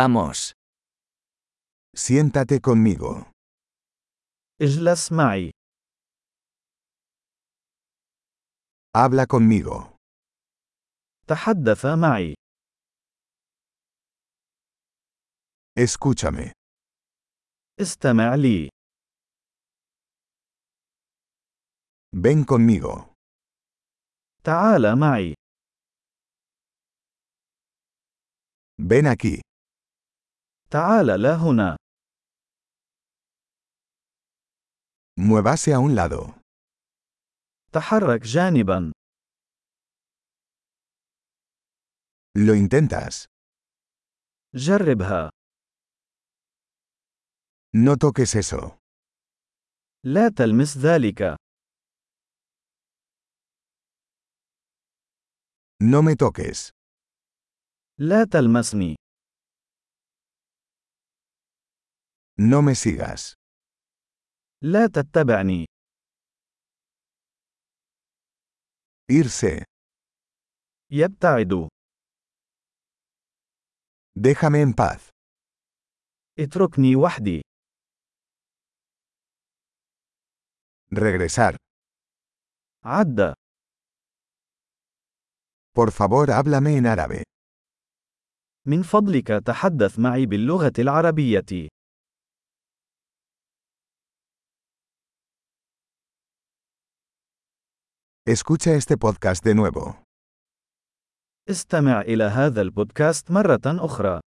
Vamos. Siéntate conmigo. اجلس معي. Habla conmigo. تحدث معي. Escúchame. استمع لي. Ven conmigo. تعال معي. Ven aquí. تعال لا هنا. Muévase a un lado. تحرك جانبا. Lo intentas. جربها. No toques eso. لا تلمس ذلك. No me toques. لا تلمسني. No me sigas. لا تتبعني. Irse. يبتعد. Déjame en paz. اتركني وحدي. Regresar. عد. Por favor, háblame en árabe. من فضلك تحدث معي باللغة العربية. Escucha este podcast de nuevo. استمع إلى هذا البودكاست مرة أخرى.